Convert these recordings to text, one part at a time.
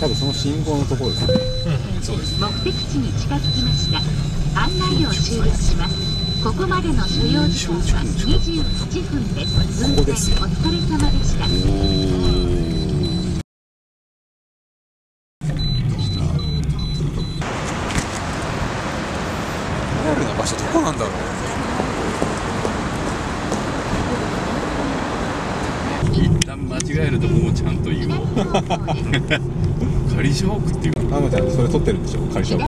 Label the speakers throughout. Speaker 1: 多分その信号のところですね
Speaker 2: うんそうです
Speaker 3: 目的地に近づきました案内を終了しますここまでの所要時間は28分です運
Speaker 1: ここ
Speaker 3: 転お
Speaker 1: ですよ
Speaker 3: 疲れ様でした
Speaker 4: おー来た
Speaker 2: ゴールの場所どこなんだろう
Speaker 4: 一旦間違えるとこもちゃんと言おう
Speaker 3: 左方向です
Speaker 4: 仮ジョークっていうか
Speaker 1: あのちゃんそれ撮ってるんでしょ会社は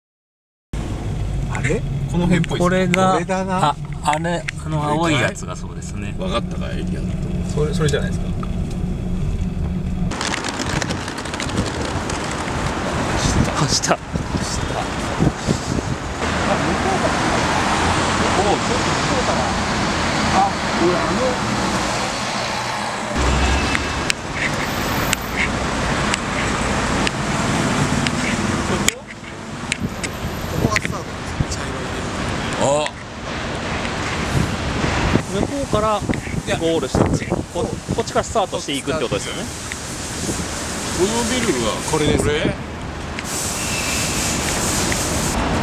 Speaker 2: あれこの辺っぽい
Speaker 5: これが
Speaker 1: これだな
Speaker 5: ああれあの青いやつがそうですね
Speaker 4: 分かったかエリアだと
Speaker 2: それそれじゃないですか
Speaker 5: あした
Speaker 4: あ
Speaker 6: 向こうからゴールしてますここっちからスタートしていくってことですよね
Speaker 4: このビルはこれですこれ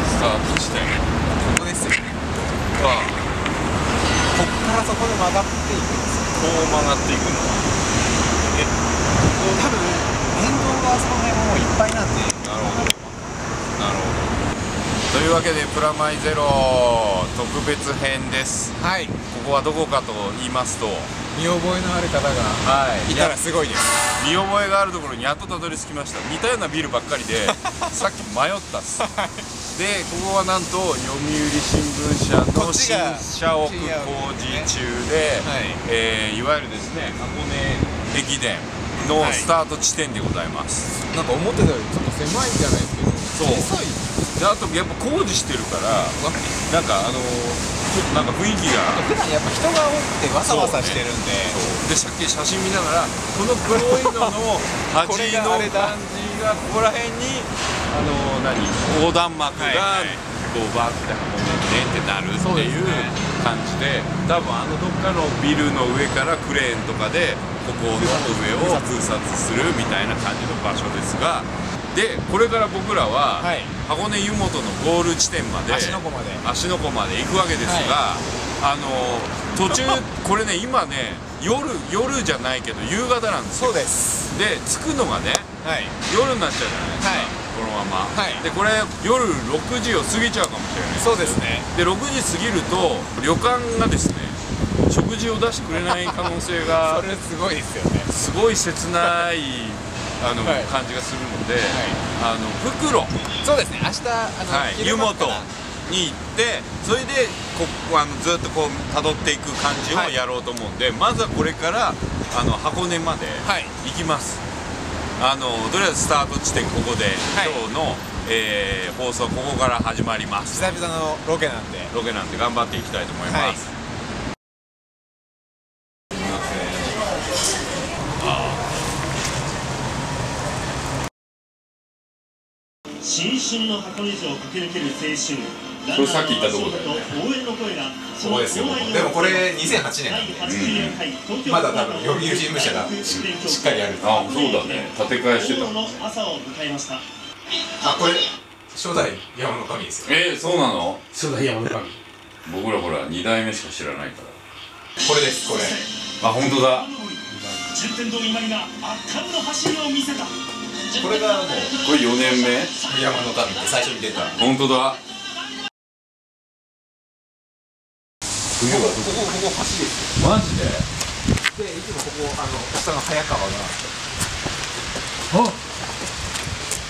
Speaker 4: スタート地点
Speaker 2: ここですよこ
Speaker 4: か
Speaker 2: っからそこで曲がっていくんですよ
Speaker 4: こう曲がっていくんだ
Speaker 2: 多分沿道がその辺もういっぱいなんで
Speaker 4: なるほどなるほどというわけで「プラマイゼロ」特別編です
Speaker 2: はい
Speaker 4: ここはどこかと言いますと
Speaker 2: 見覚えのある方が
Speaker 4: はい
Speaker 2: いたらすごいです
Speaker 4: 見覚えがあるところにやっとたどり着きました似たようなビルばっかり でさっき迷ったっすでここはなんと読売新聞社
Speaker 2: こ
Speaker 4: の
Speaker 2: っち
Speaker 4: 新
Speaker 2: が
Speaker 4: 社屋工事中で
Speaker 2: はい
Speaker 4: えーいわゆるですね箱根駅伝の
Speaker 2: はい
Speaker 4: スタート地点でございます、
Speaker 2: なんか思ってたよりちょっと狭いじゃないですけど
Speaker 4: そ
Speaker 2: 小
Speaker 4: う
Speaker 2: さい
Speaker 4: であとやっぱ工事してるから
Speaker 2: わ
Speaker 4: なんかあのーちょっとなんか雰囲気が
Speaker 2: 普段やっぱ人が多くてわさわさしてるんで、
Speaker 4: でさっき写真見ながらこの黒い のの端
Speaker 2: これ
Speaker 4: の
Speaker 2: があれだ
Speaker 4: 感じがここら辺にあの何横断幕が
Speaker 2: はいはい
Speaker 4: こうバーって運んでってなるってい
Speaker 2: そう
Speaker 4: う
Speaker 2: ですね
Speaker 4: 感じで多分あのどっかのビルの上からクレーンとかでここの上を空撮するみたいな感じの場所ですがでこれから僕らは
Speaker 2: はい
Speaker 4: 箱根湯本のゴール地点まで
Speaker 2: 芦ノ湖まで
Speaker 4: 芦ノ湖まで行くわけですが、あの途 中これね今ね夜夜じゃないけど夕方なんですよ
Speaker 2: そうです
Speaker 4: で着くのがね
Speaker 2: はい
Speaker 4: 夜になっちゃうじゃないですか、
Speaker 2: はい
Speaker 4: このまま、
Speaker 2: はい
Speaker 4: でこれ夜6時を過ぎちゃうかもしれない
Speaker 2: そうですね
Speaker 4: で6時過ぎると旅館がですね食事を出してくれない可能性 が
Speaker 2: それすごいですよね
Speaker 4: すごい切ないあの、
Speaker 2: はい
Speaker 4: 感じがするので、あの袋
Speaker 2: そうですね明日あの、
Speaker 4: はい、湯
Speaker 2: 昼間
Speaker 4: 本
Speaker 2: から
Speaker 4: に行ってそれでここあのずっとこう辿っていく感じ
Speaker 2: は
Speaker 4: を
Speaker 2: い
Speaker 4: やろうと思うんで、まずはこれからあの箱根まで
Speaker 2: はい
Speaker 4: 行きます、あのとりあえずスタート地点ここで、
Speaker 2: はい
Speaker 4: 今日の、えー放送ここから始まります
Speaker 2: 久々のロケなんで
Speaker 4: ロケなんで頑張っていきたいと思います、
Speaker 7: 新春の箱根路を駆け抜ける青春
Speaker 4: これさっき言ったとこだよね
Speaker 7: 応援の声がそ
Speaker 2: ここで
Speaker 7: の
Speaker 2: すよ
Speaker 7: 応援を
Speaker 2: でもこれ2008年なんで
Speaker 7: 第89回東京
Speaker 2: まだ多分読売新聞社がししっかりあるあ
Speaker 4: 建て替
Speaker 7: 黄金の朝を迎えました
Speaker 2: あこれ初代山の神ですよ
Speaker 4: えー、そうなの
Speaker 5: 初代山神
Speaker 4: 僕らほら2代目しか知らないか
Speaker 2: これですこれ
Speaker 4: らあ本当だ
Speaker 7: 順天堂今井が圧巻の走りを見せた
Speaker 2: これがもう
Speaker 4: これ4年目
Speaker 2: 山の神って最初に出たこ
Speaker 4: 本当だ
Speaker 2: ここここ橋です
Speaker 4: マジで
Speaker 2: でいつもここあの下の早川が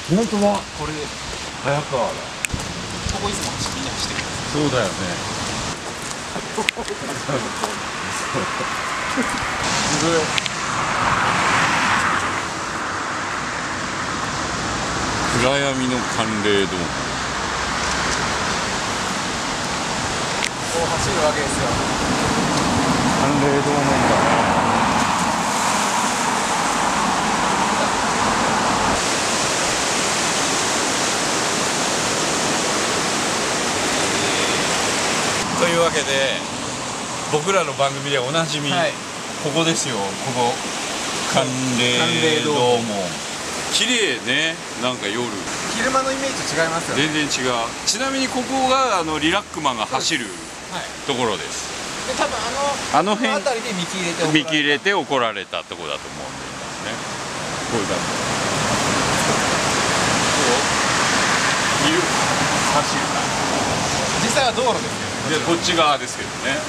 Speaker 1: 本当だ
Speaker 2: これ
Speaker 1: 早川だ
Speaker 2: ここいつも走ってみんな走ってる
Speaker 4: そう だよね。暗闇の寒冷ドーム。
Speaker 2: こう走るわけですよ
Speaker 1: 寒冷堂なんだ
Speaker 4: というわけで、僕らの番組でおなじみ、
Speaker 2: はい
Speaker 4: ここですよ。ここ寒冷ドーム。綺麗ねなんか夜
Speaker 2: 昼間のイメージ違いますよね
Speaker 4: 全然違うちなみにここがあのリラックマンが走る
Speaker 2: はい
Speaker 4: ところです
Speaker 2: で多分あの
Speaker 4: あの辺
Speaker 2: あたりで見切れて
Speaker 4: 見切
Speaker 2: れ
Speaker 4: れて怒られたとこだと思うんでねこういう 感じどういる走る
Speaker 2: 実際は道路ですよ
Speaker 4: なでこっち側ですけどね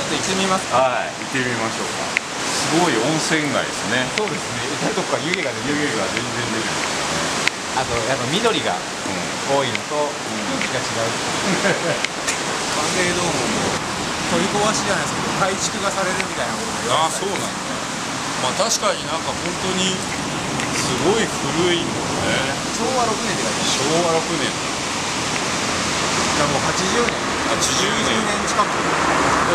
Speaker 2: ちょっと行ってみますか
Speaker 4: はい行ってみましょうかすごい温泉街ですね
Speaker 2: そうですね至る所から湯気が出て
Speaker 4: 湯気が全然出てる
Speaker 2: あとやっぱ緑が多いのと、空気が違うバンデードームも取り壊しじゃないですけど改築がされるみたいなこと
Speaker 4: ああそうなんだまあ確かになんか本当にすごい古いもんね
Speaker 2: 昭和6年でかい
Speaker 4: 昭和6年
Speaker 2: じゃあもう80年
Speaker 4: だ80
Speaker 2: 10
Speaker 4: 年
Speaker 2: 年近く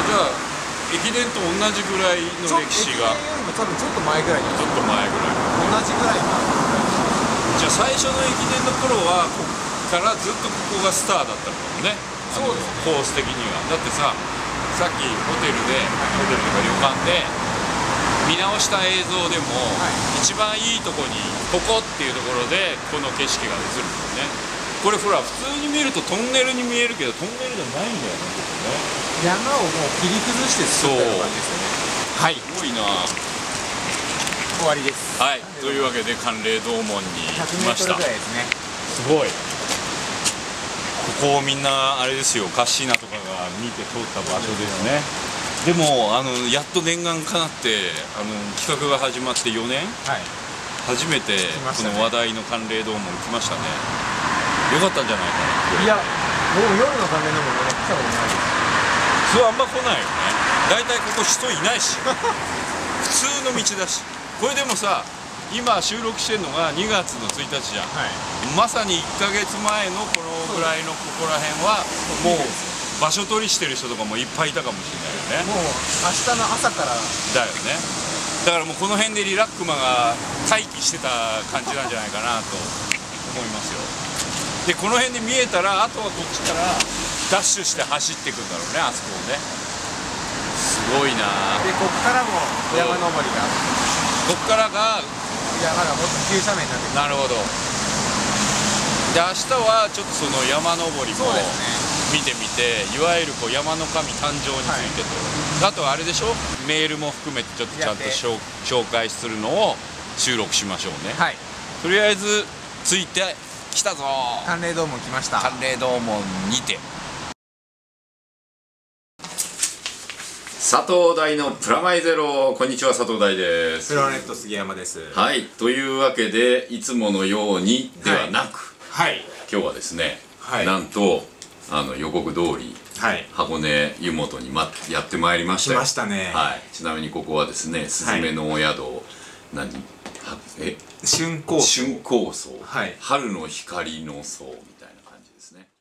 Speaker 4: じゃあ駅伝と同じぐらいの歴史
Speaker 2: ちょっと駅伝よ
Speaker 4: が
Speaker 2: りも多分ちょっと前ぐらいに
Speaker 4: ちょっと前ぐらい
Speaker 2: 同じぐらいな
Speaker 4: じゃあ最初の駅伝の頃はこっからずっとここがスターだったのかもね
Speaker 2: そうです
Speaker 4: コース的にはだってささっきホテルでホテルとか旅館で見直した映像でも、
Speaker 2: は
Speaker 4: 一番いいとこにここっていうところでこの景色が映るもんねこれほら普通に見るとトンネルに見えるけどトンネルじゃないんだよね
Speaker 2: 山をもう切り崩して作ったような感じですよねはい
Speaker 4: すごいな
Speaker 2: 終わりです
Speaker 4: はいというわけで寒冷洞門に来まし
Speaker 2: 100m
Speaker 4: た
Speaker 2: ぐらいですね
Speaker 4: すごいここみんなあれですよカッシーナとかが見て通った場所ですねでもあのやっと念願かなってあの企画が始まって4年
Speaker 2: はい
Speaker 4: 初めて
Speaker 2: ました
Speaker 4: こ
Speaker 2: ね
Speaker 4: の話題の寒冷洞門来ましたねよかったんじゃないかない
Speaker 2: や僕夜のためのものね来たことないです
Speaker 4: 普通あんま来ないよね大体ここ人いないし 普通の道だしこれでもさ今収録してるのが2月の1日じゃん
Speaker 2: はい
Speaker 4: まさに1ヶ月前のこのぐらいのここら辺はもう場所取りしてる人とかもいっぱいいたかもしれないよね
Speaker 2: もう明日の朝から
Speaker 4: だよねだからもうこの辺でリラックマが待機してた感じなんじゃないかなと思いますよでこの辺で見えたらあとはこっちからダッシュして走っていくんだろうねあそこをねすごいな
Speaker 2: でこっからも山登りが
Speaker 4: こっからが
Speaker 2: いやまだもっと急斜面になってくる
Speaker 4: なるほどで明日はちょっとその山登りも
Speaker 2: ね
Speaker 4: 見てみていわゆるこう山の神誕生についてと、あとはあれでしょメールも含めてちょっとちゃんと
Speaker 2: やって
Speaker 4: 紹紹介するのを収録しましょうね、
Speaker 2: はい
Speaker 4: とりあえずついてきたぞ
Speaker 2: 寒冷ドーム来ました
Speaker 4: 寒冷洞門にて佐藤大のプラマイゼロこんにちは佐藤大です
Speaker 2: プロネット杉山です
Speaker 4: はいというわけでいつものようにではなく、
Speaker 2: はい
Speaker 4: 今日はですね、
Speaker 2: はい
Speaker 4: なんとあの予告通り
Speaker 2: はい
Speaker 4: 箱根湯本に、ま、やってまいりました
Speaker 2: 来
Speaker 4: よ
Speaker 2: ましたね
Speaker 4: はい、ちなみにここはですねスズメのお宿、何はえ
Speaker 2: 春光
Speaker 4: 春光荘、
Speaker 2: はい
Speaker 4: 春の光の荘みたい